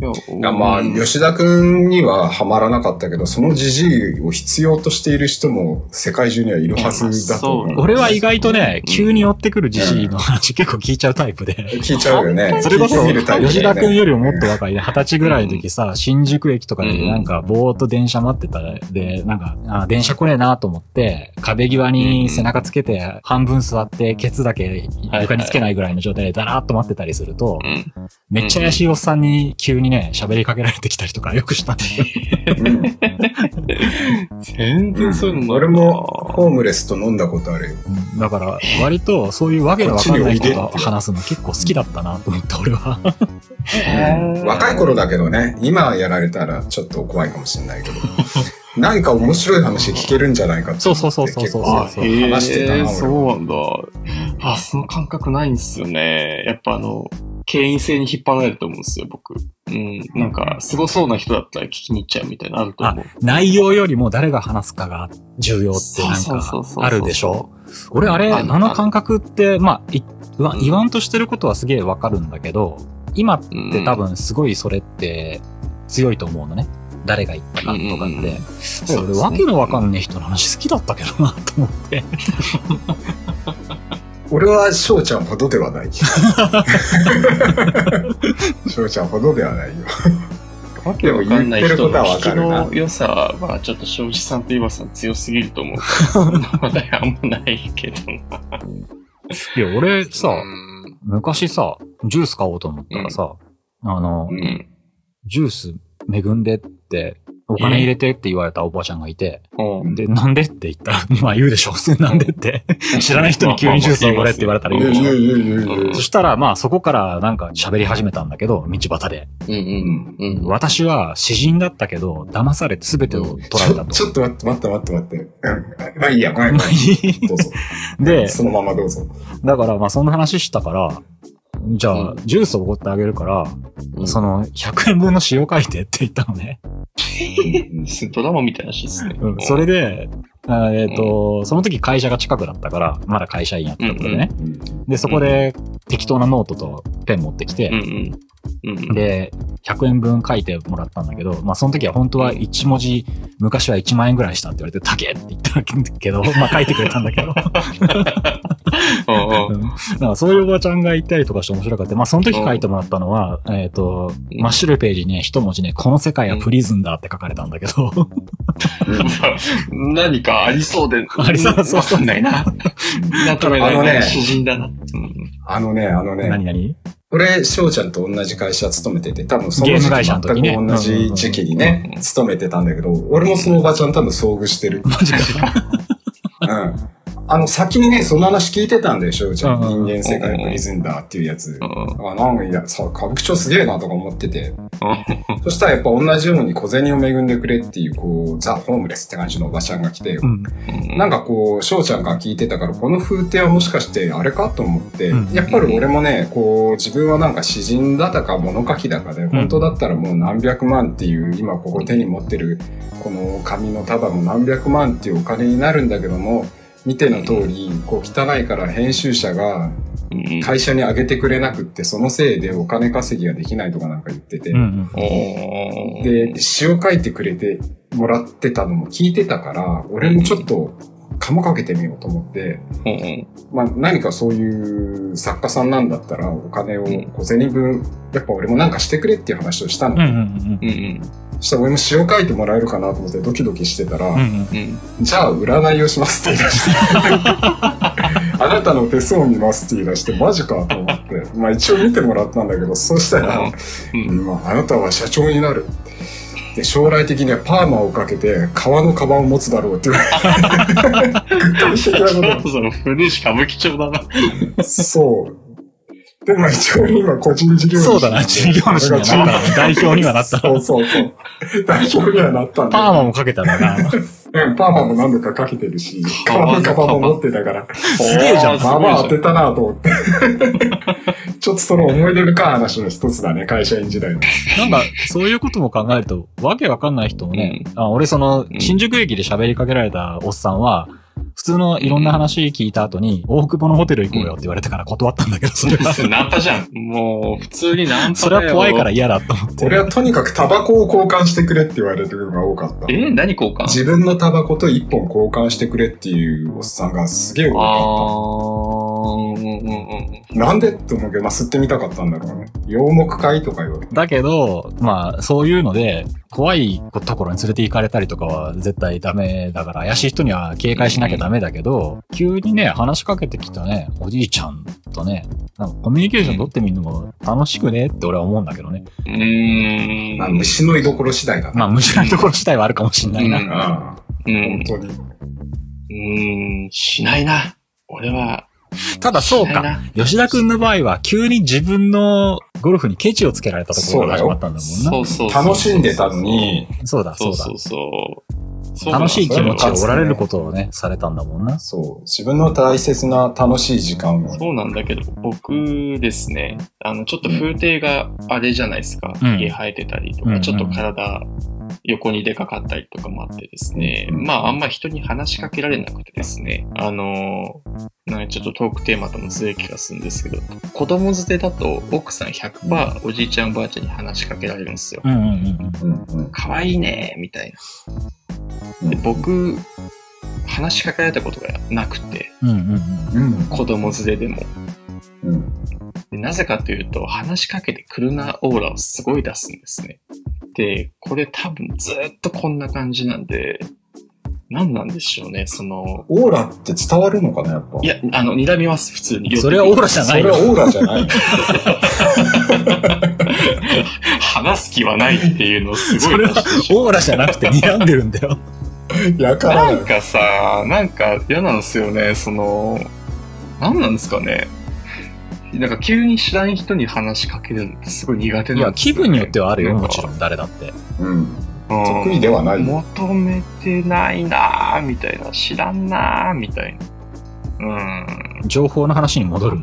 Speaker 2: いやまあ、
Speaker 3: うん
Speaker 2: 吉田くんにはハマらなかったけど、そのじじいを必要としている人も世界中にはいるはずだと思う。
Speaker 3: うん
Speaker 1: 俺は意外とね、
Speaker 3: うん
Speaker 1: 急に寄ってくるじじいの話結構聞いちゃうタイプで。
Speaker 2: 聞いちゃうよね。
Speaker 1: それこそ、
Speaker 2: 聞いてみるタイプだ
Speaker 1: 吉
Speaker 2: よ
Speaker 1: 田
Speaker 2: ね
Speaker 1: くんよりももっと若いね、二十歳ぐらいの時さ、新宿駅とか
Speaker 3: うん
Speaker 1: でなんかぼーっと電車待ってたら、で、なんか、あ電車来ねえなと思って、壁際に背中つけて、半分座って、ケツだけ床につけないぐらいの状態でだらーっと待ってたりすると、
Speaker 3: うん
Speaker 1: めっちゃ怪しいおっさんに急にね、喋りかけられてきたりとかよくしたんだよ
Speaker 2: うん
Speaker 3: 全然そういうの
Speaker 2: 俺もホームレスと飲んだことあるよ。
Speaker 1: だから、割とそういうわけのわかんない人と話すの結構好きだったなと思って、俺は。
Speaker 2: 若い頃だけどね、今やられたらちょっと怖いかもしれないけど、何か面白い話聞けるんじゃないかって
Speaker 1: そ
Speaker 2: 思
Speaker 1: う
Speaker 2: って。
Speaker 1: そうそうそうそう
Speaker 2: 結構
Speaker 1: そう。
Speaker 3: え
Speaker 2: 話してたな俺
Speaker 3: そうなんだ。あ、その感覚ないんですよね。やっぱあの、権威性に引っ張られると思うんですよ、僕。うん。なんか、凄そうな人だったら聞きに行っちゃうみたいなのあると思う。
Speaker 1: 内容よりも誰が話すかが重要ってなん
Speaker 3: そうそうそう
Speaker 1: か
Speaker 3: そうそう
Speaker 1: あるでしょ俺あれ、
Speaker 3: あ
Speaker 1: あ
Speaker 3: る
Speaker 1: の感覚って、まあ、い言わ
Speaker 3: うん
Speaker 1: 言わんとしてることはすげえわかるんだけど、今っ
Speaker 3: うん
Speaker 1: て多分すごいそれって強いと思うのね。誰が言ったかとか
Speaker 3: うんうんうん
Speaker 1: って。
Speaker 3: そう
Speaker 1: 俺、
Speaker 3: ですね
Speaker 1: わけのわかんねえ人の話好きだったけどな、と思って。
Speaker 2: 俺は翔ちゃんほどではない。翔ちゃんほどではないよ。
Speaker 3: わけわかんない
Speaker 2: でも言ってる
Speaker 3: 人
Speaker 2: ことは
Speaker 3: の
Speaker 2: わ
Speaker 3: 引き
Speaker 2: かるな
Speaker 3: の良さは、ちょっと庄司さんと岩さん強すぎると思う。そんな話題あんまないけどな。
Speaker 1: いや、俺さ、
Speaker 3: うん
Speaker 1: 昔さ、ジュース買おうと思ったらさ、あの
Speaker 3: う、ん。
Speaker 1: ジュース恵んでって、お金入れてって言われたおばちゃんがいて、
Speaker 3: うん
Speaker 1: で、なんでって言ったら、 まあ言うでしょ、普通なんでって。知らない人に急にジュースをもれって言われたら
Speaker 2: い
Speaker 1: 言う
Speaker 2: や
Speaker 1: でし
Speaker 2: いや
Speaker 1: ょ。
Speaker 2: いやいやいや
Speaker 3: うん
Speaker 1: そしたら、まあそこからなんか喋り始めたんだけど、道端で。
Speaker 3: うんうんうん。
Speaker 1: 私は詩人だったけど、騙されて全てを取られた
Speaker 2: ちょ。ち
Speaker 1: と。
Speaker 2: ょっと待って待って待って待って。うん。まあいいや、ごめんごめん。どうぞ。
Speaker 1: で、
Speaker 2: そのままどうぞ。
Speaker 1: だからまあそんな話したから、じゃあ、
Speaker 3: う
Speaker 1: ジュースをおごってあげるから、
Speaker 3: うん
Speaker 1: その、100円分の詩を書いてって言ったのね。
Speaker 3: ドラマみたいな話ですね。
Speaker 1: うん、それで、あえっ、と、その時会社が近くだったから、まだ会社員やったことでね。
Speaker 2: うん
Speaker 1: で、そこで適当なノートとペン持ってきて、
Speaker 3: うんうん。うんうん、
Speaker 1: で、100円分書いてもらったんだけど、まあその時は本当は1文字、昔は1万円ぐらいしたって言われて、高えって言ったんだけど、 まあ書いてくれたんだけど。
Speaker 3: うんう
Speaker 1: うんんなんかそういうおばちゃんがいたりとかして面白かった。まあその時書いてもらったのは、えっ、と、
Speaker 3: うん
Speaker 1: 真っ白いページにね、一文字ね、この世界はプリズンだって書かれたんだけど、
Speaker 3: 何かありそうで、
Speaker 1: ありそうそうそう
Speaker 3: わかんないな。納得いか
Speaker 2: あの
Speaker 3: な
Speaker 2: ね
Speaker 3: いな。詩人だな。うん
Speaker 2: あのね、あの
Speaker 1: 何
Speaker 2: ね、
Speaker 1: 々
Speaker 2: 俺、翔ちゃんと同じ会社勤めてて、多分その
Speaker 1: ゲーム
Speaker 2: 時
Speaker 1: 会社の
Speaker 2: 期
Speaker 1: 時ね
Speaker 2: 全く同じ時期に
Speaker 3: うんうんう
Speaker 2: ね
Speaker 3: ん、
Speaker 2: 勤めてたんだけど、俺もそのおばちゃん多分遭遇してる。
Speaker 1: マジか。
Speaker 2: うん。あの、先にね、その話聞いてたんだよ、翔ちゃん。
Speaker 1: うんうん
Speaker 2: 人間世界プリズンだっていうやつ。
Speaker 3: うん
Speaker 2: あなんかいや、さ歌舞伎町すげえなとか思ってて。
Speaker 3: うん
Speaker 2: そしたらやっぱ同じように小銭を恵んでくれっていう、こう、ザ・ホームレスって感じのおばちゃんが来て
Speaker 1: う、ん。
Speaker 2: なんかこう、翔ちゃんが聞いてたから、この風景はもしかしてあれかと思って、
Speaker 1: うん
Speaker 2: やっぱり俺もね、こう、自分はなんか詩人だったか物書きだかで、本当だったらもう何百万っていう、今ここ手に持ってる、この紙の束も何百万っていうお金になるんだけども、見ての通り、こう汚いから編集者が
Speaker 3: うん
Speaker 2: 会社にあげてくれなくって、そのせいでお金稼ぎができないとかなんか言ってて
Speaker 1: うんう、ん。
Speaker 3: おー
Speaker 2: で、詩を書いてくれてもらってたのも聞いてたから、俺もちょっと、かもかけてみようと思って、
Speaker 3: うん
Speaker 2: まあ、何かそういう作家さんなんだったらお金を小銭分、やっぱ俺もなんかしてくれっていう話をしたの。
Speaker 1: うんうん
Speaker 3: うんうん
Speaker 2: したら俺も詩を書いてもらえるかなと思ってドキドキしてたら、
Speaker 1: うん。うん
Speaker 3: うん
Speaker 2: じゃあ占いをしますって 言い出して。あなたの手相を見ますって言い出して、マジかと思って。まあ一応見てもらったんだけど、そうしたら、
Speaker 3: うん
Speaker 2: まあ、あなたは社長になる。で将来的にはパーマをかけて革のカバンを持つだろうって言われて具体的なことを
Speaker 3: その古いし歌舞伎町だな。
Speaker 2: そう。でも一応今個人事業主
Speaker 1: そうだな、事業主にはなったな。代表にはなったな。
Speaker 2: そうそうそう。代表にはなったんだ
Speaker 1: パーマもかけたらな。
Speaker 2: うん、パーマも何度かかけてるし、
Speaker 3: 革
Speaker 2: 革
Speaker 3: の
Speaker 2: のカ
Speaker 3: カバン
Speaker 2: バンも持ってたから、
Speaker 3: す
Speaker 1: げえじゃん
Speaker 2: まあまあ当て
Speaker 3: ん。
Speaker 2: たなと思って。 ちょっとその思い出深い話の一つだね、会社員時代の。
Speaker 1: なんか、そういうことも考えると、わけわかんない人もね、あ俺その
Speaker 3: う、ん
Speaker 1: 新宿駅で喋りかけられたおっさんは、普通のいろんな話聞いた後に、大久保のホテル行こうよって言われたから断ったんだけど、それ は。
Speaker 3: ナンパじゃん。もう、普通にナンパだよ
Speaker 1: それは怖いから。嫌だと思って。
Speaker 2: 俺はとにかくタバコを交換してくれって言われてるのが多かった。
Speaker 3: え、何交換
Speaker 2: 自分のタバコと一本交換してくれっていうおっさんがすげえ多
Speaker 3: あ
Speaker 2: かった。
Speaker 3: ー、うんうんうん
Speaker 2: なんでって思うけど、まあ、吸ってみたかったんだろうね。洋木会とか言われて。
Speaker 1: だけど、まあ、そういうので、怖いところに連れて行かれたりとかは絶対ダメだから、怪しい人には警戒しなきゃダメだけど、急にね、話しかけてきたね、おじいちゃんとね、なんかコミュニケーション取ってみるのも楽しくねって俺は思うんだけどね。
Speaker 3: うーん。
Speaker 2: まあ、虫の居所次第だな。
Speaker 1: まあ、無視ないところ自体はあるかもしんないな。
Speaker 3: うんう
Speaker 2: うん
Speaker 3: ん。
Speaker 2: 本当に。
Speaker 3: うん、しないな。俺は。
Speaker 1: ただそう
Speaker 3: しない
Speaker 1: か。
Speaker 3: な。
Speaker 1: 吉田くんの場合は、急に自分のゴルフにケチをつけられたところから始まったんだもんな。
Speaker 3: そうそうそう。
Speaker 2: 楽しんでたのに、
Speaker 1: そうだ、そう
Speaker 3: そ
Speaker 1: う
Speaker 3: そう
Speaker 1: だ。
Speaker 3: そう。そう
Speaker 1: 楽しい気持ちを
Speaker 2: そう
Speaker 1: お
Speaker 2: だ
Speaker 1: られることをね、されたんだもんな。
Speaker 2: そう、自分の大切な楽しい時間を。
Speaker 3: そうなんだけど、僕ですね、あの、ちょっと風景があれじゃないですか。
Speaker 1: うん
Speaker 3: 家生えてたりと
Speaker 1: うんう
Speaker 3: か、
Speaker 1: ん
Speaker 3: ちょっと体横にでかかったりとかもあってですね、
Speaker 2: うん
Speaker 3: まあ、あんま人に話しかけられなくてですね、あのー、なんかちょっとトークテーマともずれ気がするんですけど、子供捨てだと奥さん100%おじいちゃんおばあちゃんに話しかけられるんですよ。
Speaker 1: うんうんうん
Speaker 2: うんうん
Speaker 3: 可愛いね、みたいな。で、僕、話しかけられたことがなくて、
Speaker 1: うん。うんうんうん。
Speaker 2: うん。
Speaker 3: 子供連れでも。
Speaker 2: うん。
Speaker 3: でなぜかというと、話しかけてくるなオーラをすごい出すんですね。で、これ多分ずっとこんな感じなんで、何なんでしょうね、その、
Speaker 2: オーラって伝わるのかな、やっぱ。
Speaker 3: いや、あの、睨みます、普通に。
Speaker 1: それはオーラじゃ
Speaker 2: そ
Speaker 1: ない
Speaker 2: れ
Speaker 1: よ
Speaker 2: は。オーラじゃない。
Speaker 3: 話す気はないっていうのをす
Speaker 1: そ
Speaker 3: ごい
Speaker 1: れ
Speaker 3: 出
Speaker 1: は
Speaker 3: してしまう
Speaker 1: オーラじゃなくて睨んでるんだよ。
Speaker 2: やからだ
Speaker 3: な
Speaker 2: よ
Speaker 3: ん。かさ、なんか嫌なんですよね、その、何なんですかね。なんか急に知らん人に話しかけるのってすごい苦手
Speaker 1: い
Speaker 3: な
Speaker 1: や、
Speaker 3: んです
Speaker 1: 気
Speaker 3: よ、ね。
Speaker 1: 分によってはあるよ、
Speaker 3: なん
Speaker 1: も
Speaker 3: か
Speaker 1: ちろん、誰だって。
Speaker 2: うん。
Speaker 3: うん
Speaker 2: 得意ではないよ。
Speaker 3: 求めてないなぁ、みたいな。知らんなぁ、みたいな。うん。
Speaker 1: 情報の話に戻る。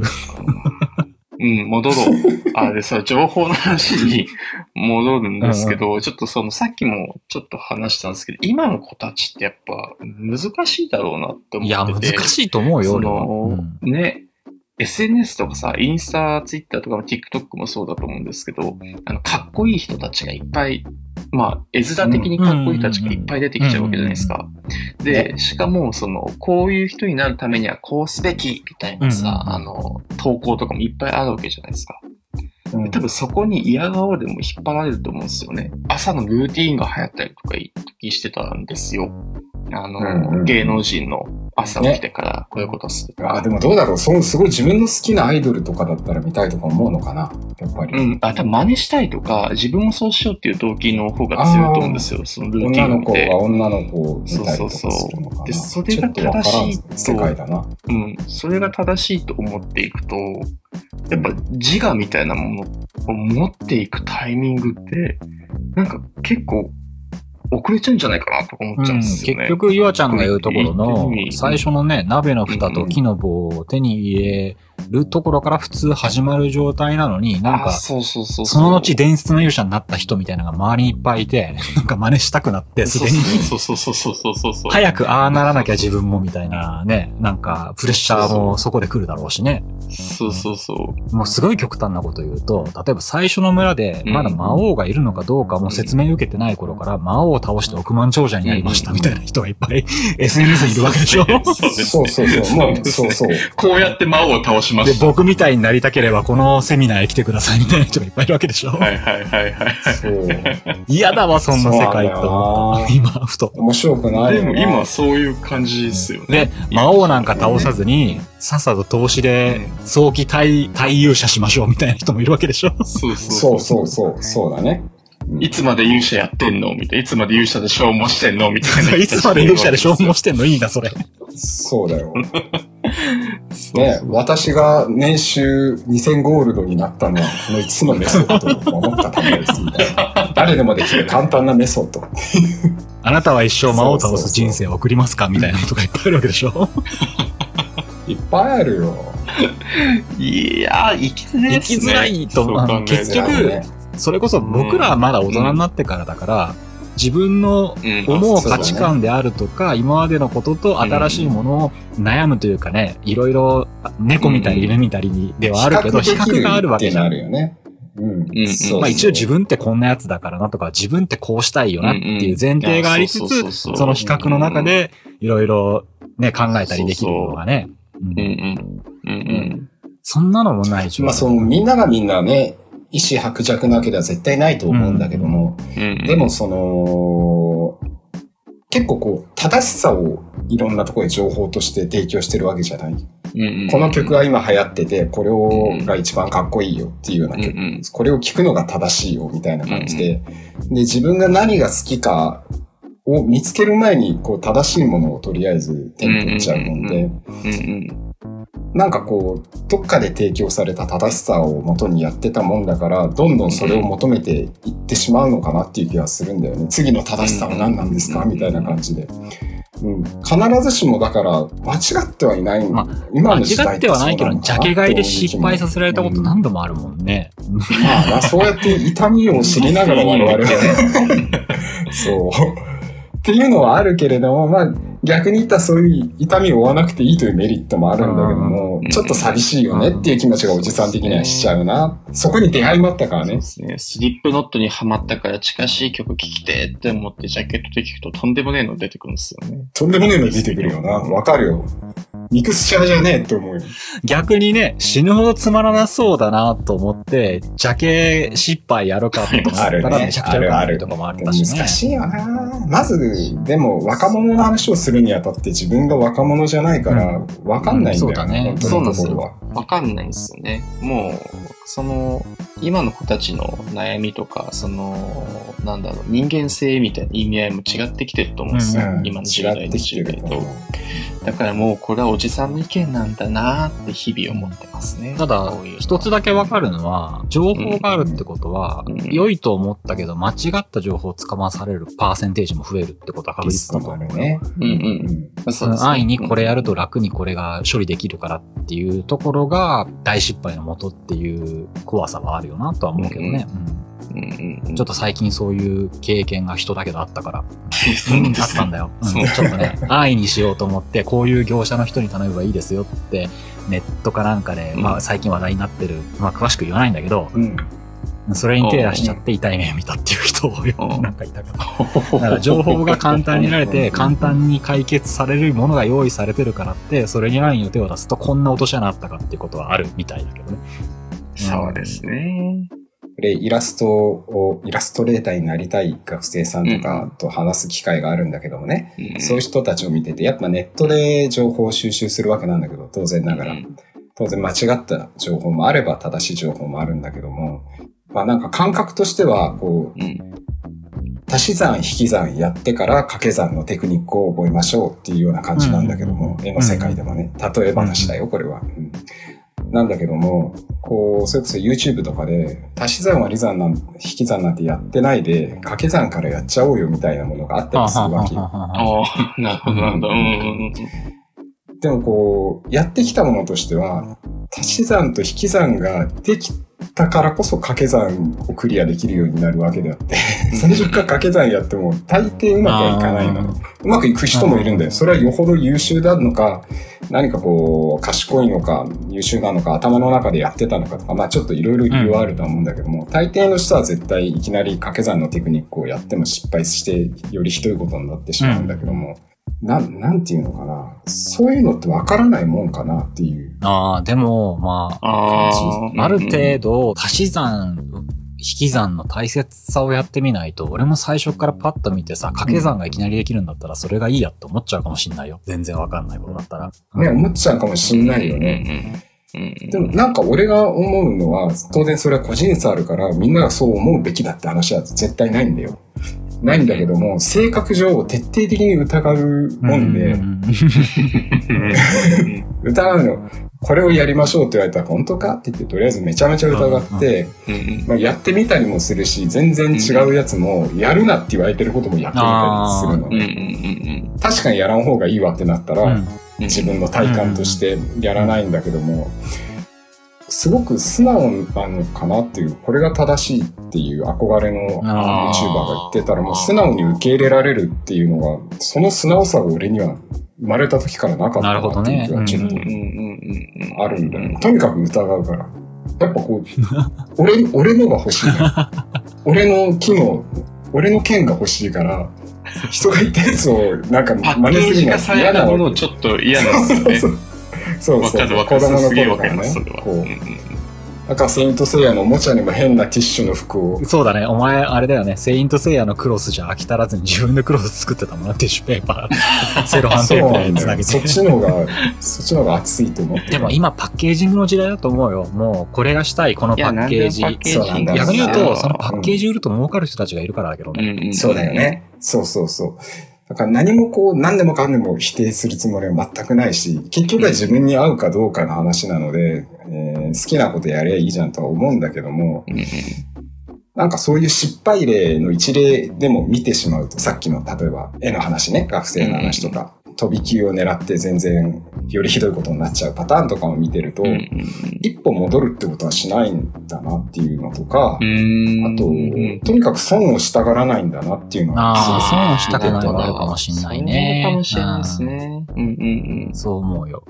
Speaker 3: うん、戻 ろう。あ、でさ、情報の話に戻るんですけど、ちょっとその、さっきもちょっと話したんですけど、今の子たちってやっぱ難しいだろうなって
Speaker 1: いや、
Speaker 3: 思っ
Speaker 1: 難
Speaker 3: てて。
Speaker 1: しいと思うよ、
Speaker 3: そ
Speaker 1: 俺
Speaker 3: の
Speaker 1: は。うん
Speaker 3: ね、SNS とかさ、インスタ、ツイッターとかも TikTok もそうだと思うんですけど、あの、かっこいい人たちがいっぱい、まあ、絵面的にかっこいい人たちがいっぱい出てきちゃうわけじゃないですか。で、しかも、その、こういう人になるためにはこうすべき、みたいなさ、
Speaker 1: うん
Speaker 3: あの、投稿とかもいっぱいあるわけじゃないですか。
Speaker 2: うん
Speaker 3: 多分そこに嫌顔でも引っ張られると思うんですよね。朝のルーティーンが流行ったりとか一時してたんですよ。あの、
Speaker 2: うんうん
Speaker 3: 芸能人の朝起きてからこういうことするとか。
Speaker 2: あ、でもどうだろう。そのすごい自分の好きなアイドルとかだったら見たいとか思うのかな。やっぱ
Speaker 3: う
Speaker 2: り。
Speaker 3: ん、あ、多分真似したいとか、自分もそうしようっていう動機の方が強いと思うんですよ、そのルーティ
Speaker 2: 女
Speaker 3: ン
Speaker 2: の
Speaker 3: を見
Speaker 2: 子
Speaker 3: て
Speaker 2: は。女の子を見たりとかするのかな。
Speaker 3: そうそうそうでそれが
Speaker 2: ちょっとわからん
Speaker 3: 正しいと
Speaker 2: 世界だな。
Speaker 3: うん、それが正しいと思っていくと、やっぱ自我みたいなものを持っていくタイミングって、なんか結構遅れちゃうんじゃないかなとか思っちゃうんです
Speaker 1: 結
Speaker 3: よね。
Speaker 1: 局、ゆあちゃんが言うところの
Speaker 3: う、ん
Speaker 1: 最初のね、鍋の蓋と木の棒を手に入れるところから普通始まる状態なのに、なん
Speaker 3: あ
Speaker 1: か、
Speaker 3: そうそうそうう。
Speaker 1: その後伝説の勇者になった人みたいなのが周りにいっぱいい て、なんか真似したくなって、すでに。
Speaker 3: そうそうそうそうそうそうそう。
Speaker 1: 早くああならなきゃ自分もみたいなね、なんかプレッシャーもそこで来るだろうしね。
Speaker 3: そうそうそう。
Speaker 1: もうすごい極端なこと言うと、例えば最初の村でまだ魔王がいるのかどうかも説明受けてない頃から魔王を倒して億万長者になりましたみたいな人がいっぱい SNS にいるわけで しょ。
Speaker 3: そうです
Speaker 2: そ
Speaker 3: ね
Speaker 2: うそうそう。も
Speaker 3: そう
Speaker 2: う、
Speaker 3: です
Speaker 2: そう
Speaker 3: ね
Speaker 2: そう。
Speaker 3: こうやって魔王を倒しま
Speaker 1: で、
Speaker 3: した。
Speaker 1: 僕みたいになりたければこのセミナーへ来てくださいみたいな人がいっぱいいるわけでしょ。
Speaker 3: はいはいはいはい。
Speaker 2: そう。
Speaker 1: 嫌だわ、そんな世界と思った。
Speaker 2: そ
Speaker 1: 今、ふと。
Speaker 2: 面白くない
Speaker 3: で
Speaker 2: よな。
Speaker 3: も今はそういう感じですよね。
Speaker 1: で、魔王なんか倒さずに、さっさと投資で早期退、退勇者しましょうみたいな人もいるわけでしょ。
Speaker 3: そ
Speaker 2: そうう
Speaker 3: うそそう。
Speaker 2: そうそう、そうだね。
Speaker 3: いつまで勇者やってんのみたいな。いつまで勇者で消耗してんのみたい な。
Speaker 1: いつまで勇者で消耗してんのいいな、それ。
Speaker 2: そう だよ。
Speaker 3: そう
Speaker 2: ね、私が年収2000ゴールドになったのは、この5つのメソッドを守ったためです、みたいな。誰でもできる簡単なメソッド。
Speaker 1: あなたは一生魔王を倒す人生を送りますかみたいなのとかいっぱいあるわけでしょ
Speaker 2: いっぱいあるよ。
Speaker 3: いやー、生きづらいっす
Speaker 1: 生
Speaker 3: ね。
Speaker 1: きづらいと思う
Speaker 3: そう考えたら
Speaker 1: 結局 それこそ僕らはまだ大人になってからだから、自分の
Speaker 3: うん
Speaker 1: 思う価値観であるとか、今までのことと新しいものを悩むというかね、いろいろ猫みたり犬みたりにではあるけど、比較があるわけじゃ
Speaker 2: っ
Speaker 1: ん。
Speaker 2: てなるよね。うん。
Speaker 3: うん
Speaker 2: そう
Speaker 1: まあ一応自分ってこんなやつだからなとか、自分ってこうしたいよなっていう前提がありつ
Speaker 3: うんうんいやそうそうそ
Speaker 1: つ、
Speaker 3: うそう
Speaker 1: その比較の中でいろいろね、考えたりできるのがね。
Speaker 3: う
Speaker 1: うんん
Speaker 3: うん。うんうん。
Speaker 1: そんなのもない状
Speaker 2: まあその、みんながみんなね、意思薄弱なわけでは絶対ないと思うんだけども、
Speaker 3: うんうん
Speaker 2: でも、その、結構こう、正しさをいろんなところで情報として提供してるわけじゃない。この曲
Speaker 3: は、
Speaker 2: が今流行ってて、これをが一番かっこいいよっていうような
Speaker 3: うんう
Speaker 2: 曲。
Speaker 3: ん。
Speaker 2: これを聞くのが正しいよみたいな感じで。で、自分が何が好きかを見つける前に、こう、正しいものをとりあえず手に取っちゃうもん
Speaker 3: うんう
Speaker 2: で、
Speaker 3: うんうん。
Speaker 2: なんかこう、どっかで提供された正しさを元にやってたもんだから、どんどんそれを求めていってしまうのかなっていう気がするんだよ ね。次の正しさは何なんですか
Speaker 3: うん
Speaker 2: みたいな感じで。うん、必ずしもだから、間違ってはいない。
Speaker 1: ま
Speaker 2: 今の時
Speaker 1: 間違
Speaker 2: 代
Speaker 1: ってはないけど、ジャケ買いで失敗させられたこと
Speaker 2: なん
Speaker 1: 何度もあるもんね。
Speaker 2: まあまあ、そうやって痛みを知りながら我 々は、そう。っていうのはあるけれども、まあ、逆に言ったらそういう痛みを負わなくていいというメリットもあるんだけども
Speaker 3: うん、
Speaker 2: ちょっと寂しいよねっていう気持ちがおじさん的にはしちゃうな。そこに出会いもあったから
Speaker 3: そう
Speaker 2: ね
Speaker 3: で。すね。スリップノットにハマったから近しい曲聴きてって思ってジャケットで聴くととんでもねえの出てくるんですよね。
Speaker 2: とんでもねえの出てくるよな。わかるよ。ミクスチャーじゃねえって思うよ。
Speaker 1: 逆にね、死ぬほどつまらなそうだなと思って、ジャケ失敗やるかとか、
Speaker 2: あるね
Speaker 1: めちゃくちゃ良かったりとかもあった
Speaker 2: 難
Speaker 1: しね。
Speaker 2: しいよな。まず、でも若者の話をするにあたって自分が若者じゃないから、わかんないんだよね。
Speaker 1: うん
Speaker 3: そ
Speaker 2: 本当
Speaker 3: うだね
Speaker 2: のところは。
Speaker 3: わかんないんですよね。もう、その、今の子たちの悩みとか、その、なんだろう、人間性みたいな意味合いも違ってきてると思うんですよ。
Speaker 2: うん
Speaker 3: 今の10代、
Speaker 2: 違ってきて
Speaker 3: 20
Speaker 2: る
Speaker 3: 代
Speaker 2: と思
Speaker 3: と
Speaker 2: う。
Speaker 3: だからもうこれはおじさんの意見なんだなって日々思ってますね。
Speaker 1: ただ
Speaker 3: こういう、の
Speaker 1: 一つだけわかるのは、情報があるってことは
Speaker 3: うん、
Speaker 1: 良いと思ったけど、間違った情報をつかまされるパーセンテージも増えるってことは確
Speaker 2: リ
Speaker 1: 実
Speaker 2: ス
Speaker 1: だ
Speaker 2: ク
Speaker 1: と
Speaker 2: もあ
Speaker 1: 思
Speaker 2: る
Speaker 1: う。
Speaker 2: ね。
Speaker 3: うんうん。
Speaker 2: ん。
Speaker 3: そうですね
Speaker 1: 安易にこれやると楽にこれが処理できるからっていうところが大失敗のもとっていう怖さはあるよなとは思うけどね。うん
Speaker 3: うんうんうん
Speaker 1: ちょっと最近そういう経験が人だけどあったから、
Speaker 3: そうですね
Speaker 1: あったんだよ。うん
Speaker 3: そう
Speaker 1: ちょっとね、安易にしようと思って、こういう業者の人に頼めばいいですよって、ネットかなんかで、
Speaker 3: うん
Speaker 1: まあ最近話題になってる、まあ詳しく言わないんだけど、
Speaker 2: うん。
Speaker 1: それに手出しちゃって痛い目を見たっていう人
Speaker 3: う
Speaker 1: を
Speaker 3: ん
Speaker 1: なんかいたから。だ から情報が簡単に得られて、簡単に解決されるものが用意されてるからって、それに安易に手を出すとこんな落とし穴あったかっていうことはあるみたいだけどね。
Speaker 3: そうですね。
Speaker 2: これイラストを、イラストレーターになりたい学生さんとかと話す機会があるんだけどもね、そういう人たちを見てて、やっぱネットで情報を収集するわけなんだけど、当然ながら。当然間違った情報もあれば正しい情報もあるんだけども、まあなんか感覚としては、こう、
Speaker 3: うん
Speaker 2: 足し算引き算やってから掛け算のテクニックを覚えましょうっていうような感じなんだけども、
Speaker 1: うん
Speaker 2: 絵の世界でもね、例え話だよ、これは。うんなんだけども、こう、それこそ YouTube とかで、足し算割り算なん、引き算なんてやってないで、掛け算からやっちゃおうよみたいなものがあったりするわけよ。
Speaker 3: ああ、 なるほど、なるほど。うんうん
Speaker 2: でもこう、やってきたものとしては、足し算と引き算ができたからこそ掛け算をクリアできるようになるわけであって、 最初から掛け算やっても大抵うまくはいかないのね。うまくいく人もいるんだよ。それはよほど優秀なのか、何かこう、賢いのか、優秀なのか、頭の中でやってたのかとか、まあちょっといろいろ理由はあるとは思うんだけども、大抵の人は絶対いきなり掛け算のテクニックをやっても失敗して、よりひどいことになってしまうんだけども、なん、なんていうのかな。そういうのってわからないもんかなっていう。
Speaker 1: ああ、でも、まあ、
Speaker 3: ああ。
Speaker 1: ある程度、足し算、引き算の大切さをやってみないと、俺も最初からパッと見てさ、掛け算がいきなりできるんだったら、それがいいやって思っちゃうかもしんないよ。全然わかんないことだったら。
Speaker 2: ね、思っちゃうかもしんないよね。
Speaker 3: ね
Speaker 2: でもなんか俺が思うのは、当然それは個人差あるから、みんながそう思うべきだって話は絶対ないんだよ。ないんだけども、性格上徹底的に疑うもんで、疑うの、これをやりましょうって言われたら、本当かって言って、とりあえずめちゃめちゃ疑って、まあ、やってみたりもするし、全然違うやつも、やるなって言われてることもやってみたりするのね。確かにやらん方がいいわってなったら、
Speaker 1: うん
Speaker 2: 自分の体感としてやらないんだけども、すごく素直なのかなっていう、これが正しいっていう憧れの YouTuber
Speaker 1: あ
Speaker 3: ー
Speaker 2: が言ってたら、もう素直に受け入れられるっていうのが、その素直さが俺には生まれた時からなかったなっていう気がちょっとあるんだよ、とにかく疑うから。やっぱこう、 俺、俺のが欲しいのよ。俺の機能、俺の剣が欲しいから、人が言ったやつをなんか
Speaker 3: パ
Speaker 2: 真
Speaker 3: ッケ
Speaker 2: 似
Speaker 3: ー
Speaker 2: す
Speaker 3: ジ
Speaker 2: るの
Speaker 3: 化
Speaker 2: は
Speaker 3: さ
Speaker 2: 嫌
Speaker 3: れ
Speaker 2: な
Speaker 3: たもの
Speaker 2: わ
Speaker 3: を
Speaker 2: け
Speaker 3: ちょっと嫌なんです
Speaker 2: そ
Speaker 3: よ
Speaker 2: う
Speaker 3: ね。
Speaker 2: そう
Speaker 3: わ
Speaker 2: そ
Speaker 3: か
Speaker 2: う
Speaker 3: る
Speaker 2: そう。
Speaker 3: わか
Speaker 2: 子
Speaker 3: る。
Speaker 2: 供の
Speaker 3: すげえ
Speaker 2: 頃
Speaker 3: わ
Speaker 2: か
Speaker 3: かり
Speaker 2: ら
Speaker 3: ま
Speaker 2: ね
Speaker 3: す、それ。は。
Speaker 2: こう。なんか、セイントセイヤのおもちゃにも変なティッシュの服を。
Speaker 1: そうだね。お前、あれだよね。セイントセイヤのクロスじゃ飽き足らずに自分でクロス作ってたもんな。ティッシュペーパー。セロハン
Speaker 2: そう
Speaker 1: テー
Speaker 2: な
Speaker 1: プ
Speaker 2: ん
Speaker 1: でつ
Speaker 2: だ
Speaker 1: なげて。
Speaker 2: よ。そっちの方が、そっちの方が熱いと思ってる。
Speaker 1: でも今パッケージングの時代だと思うよ。もうこれがしたい、この
Speaker 3: い
Speaker 1: パ
Speaker 3: や、な
Speaker 1: ッ
Speaker 3: んで
Speaker 1: ケ
Speaker 3: も
Speaker 1: ージ。
Speaker 3: パッケージ
Speaker 2: そうなんだよ
Speaker 1: 逆に言うと、
Speaker 2: よ
Speaker 1: そのパッケージ売ると儲かる人たちがいるからだけどね。
Speaker 2: そうだよ。ね。そうそうそう。だから何もこう、何でもかんでも否定するつもりは全くないし、結局は自分に合うかどうかの話なので、えー好きなことやりゃいいじゃんとは思うんだけども、
Speaker 3: うんうん
Speaker 2: なんかそういう失敗例の一例でも見てしまうと、さっきの例えば絵の話ね、学生の話とか、飛び級を狙って全然よりひどいことになっちゃうパターンとかを見てると、
Speaker 3: うん
Speaker 2: 一歩戻るってことはしないんだなっていうのとか、
Speaker 3: うん。
Speaker 2: あと、とにかく損をしたがらないんだなっていうの
Speaker 1: あ
Speaker 2: は、
Speaker 1: あ、そういうのしたくない
Speaker 2: の
Speaker 1: の
Speaker 2: は
Speaker 1: あるかもしんないね。
Speaker 3: そうかもしれないですね。うんうん
Speaker 1: うん。そう思うよ。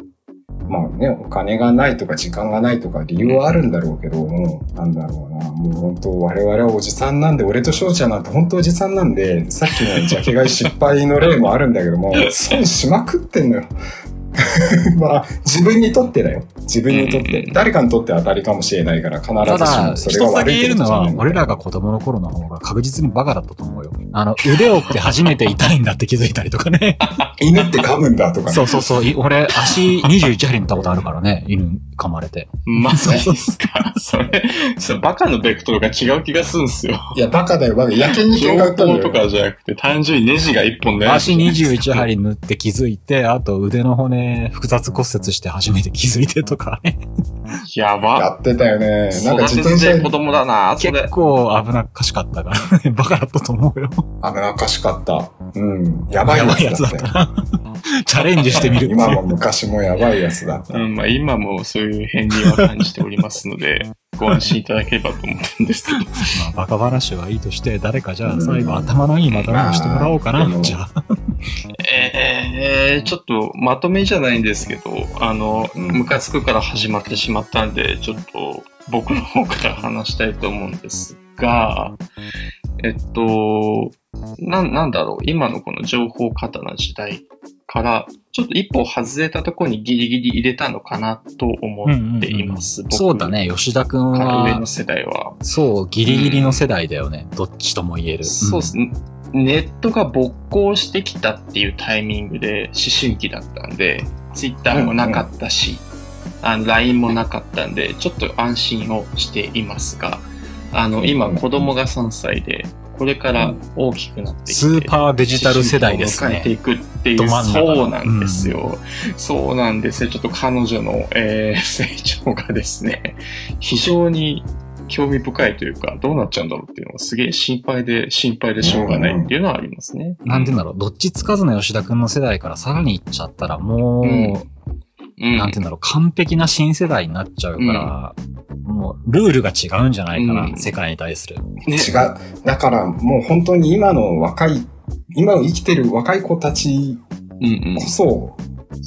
Speaker 2: まあね、お金がないとか時間がないとか理由はあるんだろうけども、なんだろうな、もう本当我々はおじさんなんで、俺と翔ちゃんなんて本当おじさんなんで、さっきのジャケ買い失敗の例もあるんだけども、損しまくってんのよ。 まあ、自分にとってだよ。自分にとっ
Speaker 3: うんう
Speaker 2: て
Speaker 3: んう。ん
Speaker 2: 誰かにとって当たりかもしれないから、必
Speaker 1: た
Speaker 2: ずし
Speaker 1: だ、
Speaker 2: も
Speaker 1: 一
Speaker 2: そ
Speaker 1: つ
Speaker 2: れ
Speaker 1: だ
Speaker 2: が
Speaker 1: け
Speaker 2: 悪いっ
Speaker 1: 言え
Speaker 2: て
Speaker 1: る
Speaker 2: こと
Speaker 1: の
Speaker 2: じゃな
Speaker 1: は、
Speaker 2: い。
Speaker 1: 俺らが子供の頃の方が確実にバカだったと思うよ。あの、腕をって初めて痛いんだって気づいたりとかね。
Speaker 2: 犬って噛むんだとかね。
Speaker 1: そうそうそう。い俺、足21針にったことあるからね。犬噛まれて。
Speaker 3: うん。まさですか。それ、そうバカのベクトルが違う気がする んすよ。
Speaker 2: いや、バカだよ、バカ。焼けに
Speaker 3: 情
Speaker 2: 喧嘩売ったん
Speaker 3: 報
Speaker 2: だ
Speaker 3: と
Speaker 2: よ。
Speaker 3: かじゃなくて、単純にネジが一本ね。
Speaker 1: 足21針縫って気づいて、あと腕の骨複雑骨折して初めて気づいてとかね。
Speaker 3: やば。
Speaker 2: やってたよね。なんか
Speaker 3: 育
Speaker 2: 自
Speaker 3: て
Speaker 2: 転
Speaker 3: ち
Speaker 2: 車
Speaker 3: て
Speaker 2: に
Speaker 3: い子供だな、 それ
Speaker 1: 結。構危なっかしかったから ね。バカだったと思うよ。
Speaker 2: 危なっかしかった。うん。やばいやつだったよ。
Speaker 1: な。 チャレンジしてみるっていう
Speaker 2: 今も昔もやばいやつだった。
Speaker 3: うん、まあ今もそういう変には感じておりますので、ご安心いただければと思ってるんですけど。
Speaker 1: まあ、バカ話はいいとして、誰かじゃあ最後頭のいいまとめをしてもらおうかな。
Speaker 2: うん
Speaker 1: じゃあ。
Speaker 3: えー、ちょっとまとめじゃないんですけど、あの、
Speaker 2: うん
Speaker 3: ムカつくから始まってしまったんで、ちょっと僕の方から話したいと思うんですが、えっと、な、なんだろう、今のこの情報過多な時代から、ちょっと一歩外れたところにギリギリ入れたのかなと思っています。僕
Speaker 1: そうだ。ね、吉田くん
Speaker 3: から上の
Speaker 1: は、
Speaker 3: 世代は。
Speaker 1: そう、ギリギリの世代だよね。どっちとも言える。
Speaker 3: そうですね。ネットが勃興してきたっていうタイミングで思春期だったんで、ツイッターもなかったし、あの LINE もなかったんで、ちょっと安心をしていますが、あの、今子供が3歳で、これから大きくなってきて、
Speaker 1: スーパーデジタル世代です
Speaker 3: 思春期
Speaker 1: ね。
Speaker 3: を迎えていくってい
Speaker 1: ど
Speaker 3: う、
Speaker 1: 真ん中の
Speaker 3: そうなんですよ。そうなんですよ。ちょっと彼女の、えー成長がですね、非常に興味深いというか、どうなっちゃうんだろうっていうのがすげえ心配で、心配でしょうがないっていうのはありますね。
Speaker 1: なんて言うんだろう、どっちつかずの吉田くんの世代からさらに行っちゃったら、もう、
Speaker 3: うんうん
Speaker 1: なんて言うんだろう、完璧な新世代になっちゃうから、もう、ルールが違うんじゃないかな、
Speaker 3: うん
Speaker 1: 世界に対する。
Speaker 3: ね
Speaker 2: 違う。だからもう本当に今の若い、今を生きてる若い子たち
Speaker 3: うんうん
Speaker 2: こそ、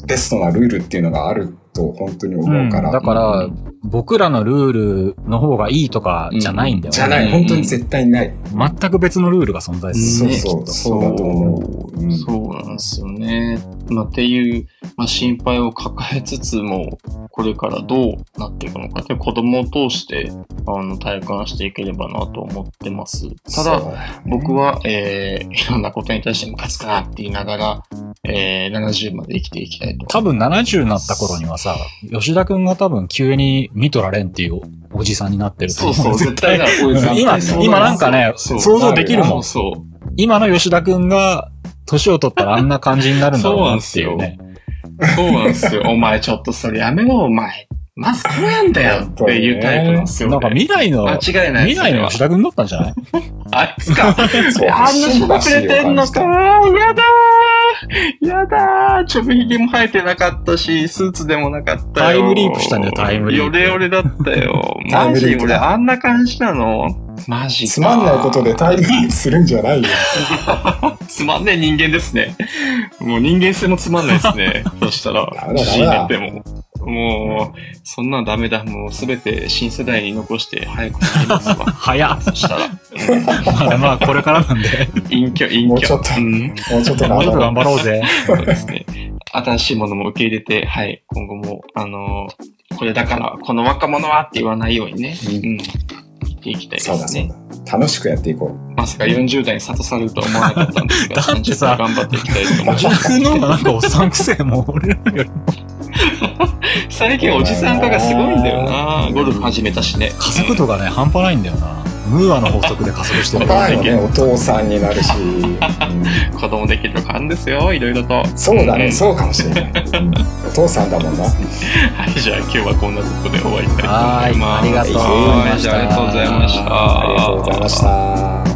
Speaker 2: ベストなルールっていうのがあると本当に思うから。
Speaker 1: うんだから、僕らのルールの方がいいとかじゃないんだよね。
Speaker 2: じゃない、本当に絶対ない。
Speaker 1: 全く別のルールが存在する、
Speaker 2: そ
Speaker 1: ね。
Speaker 2: うそう、
Speaker 1: きっと
Speaker 2: そうだと思う。うん
Speaker 3: そうなんですよね。まあ、っていう、まあ、心配を抱えつつも、これからどうなっていくのかって、子供を通して、あの、体感していければなと思ってます。ただ、
Speaker 2: そうね
Speaker 3: 僕は、えー、いろんなことに対してムカつくなって言いながら、えー、70まで生きていきたいと。
Speaker 1: 多分70になった頃にはさ、吉田くんが多分急に見とられんっていうおじさんになってると
Speaker 3: そ
Speaker 1: 思
Speaker 3: うそう、絶対だ。
Speaker 1: 今、今なんかね、
Speaker 3: そう
Speaker 1: 想像できる
Speaker 3: そ
Speaker 1: も。
Speaker 3: うんそ
Speaker 1: 今の吉田くんが、年を取ったらあんな感じになるんだろうなっていうね。
Speaker 3: う。そうなんですよ。お前ちょっとそれやめろ、お前。まずこうなんだよっていうタイプなんですよ、ね。
Speaker 1: なんか未来の、
Speaker 3: 間違いない
Speaker 1: 未
Speaker 3: ですね
Speaker 1: 来の吉田くんだったんじゃない
Speaker 3: あいつか。
Speaker 2: そう
Speaker 3: あんな人がくれてんのか。やだーやだーちょびひげも生えてなかったし、スーツでもなかったよ。
Speaker 1: タイムリープしたんだよタイムリープ。
Speaker 3: よれよれだったよ。
Speaker 2: タイ
Speaker 3: マ
Speaker 2: ムリ
Speaker 3: ジ
Speaker 2: ープ
Speaker 3: 俺
Speaker 2: だ
Speaker 3: あんな感じなのマジか
Speaker 2: つまんないこと。で対立するんじゃないよ。
Speaker 3: つまんねえ人間ですね。もう人間性もつまんないで すね。そしたら
Speaker 2: ダメ、だ
Speaker 3: じじいになっても。もう、そんなんダメだ。もうすべて新世代に残して早くなりますわ
Speaker 1: 早っ。
Speaker 3: そしたら、
Speaker 1: まあまあ、これからなん で、
Speaker 3: 隠居、隠居。
Speaker 2: もうちょっと
Speaker 3: うん
Speaker 2: もうちょっと
Speaker 1: もうちょっと
Speaker 2: 頑
Speaker 1: 頑
Speaker 2: 張
Speaker 1: 張ろうぜ。
Speaker 3: そうですね。新しいものも受け入れて、はい、今後も、あのーこれだから、この若者はって言わないようにね、
Speaker 2: うん
Speaker 3: うん、言っていきたいで
Speaker 2: そうだ
Speaker 3: す
Speaker 2: そう
Speaker 3: ね。
Speaker 2: だ。楽しくやっていこう。
Speaker 3: まさか40代に諭されるとは思わなかった んですが、
Speaker 1: だってさ
Speaker 3: 30頑張っていきたいと思い
Speaker 1: 吉
Speaker 3: ま
Speaker 1: 田
Speaker 3: す。
Speaker 1: くんの方がなんかおっさんくせえ、もう俺らより
Speaker 3: 最近おじさん化がすごいんだよなゴルフ始めたしね。
Speaker 1: 加速度がね、半端ないんだよな。ムーアの法則で加速してる。
Speaker 2: パーのね、お父さんになるし。
Speaker 3: 子供できるとかあるんですよ、いろいろと。は
Speaker 2: そうだね、
Speaker 3: うん
Speaker 2: そうかもしれない。うんお父さんだもんな。
Speaker 3: い、じゃあ今日はこんなとこで終わりたいと思います。
Speaker 1: はいありがとうございました
Speaker 3: はいじゃあありがとうございました。
Speaker 2: ありがとうございました。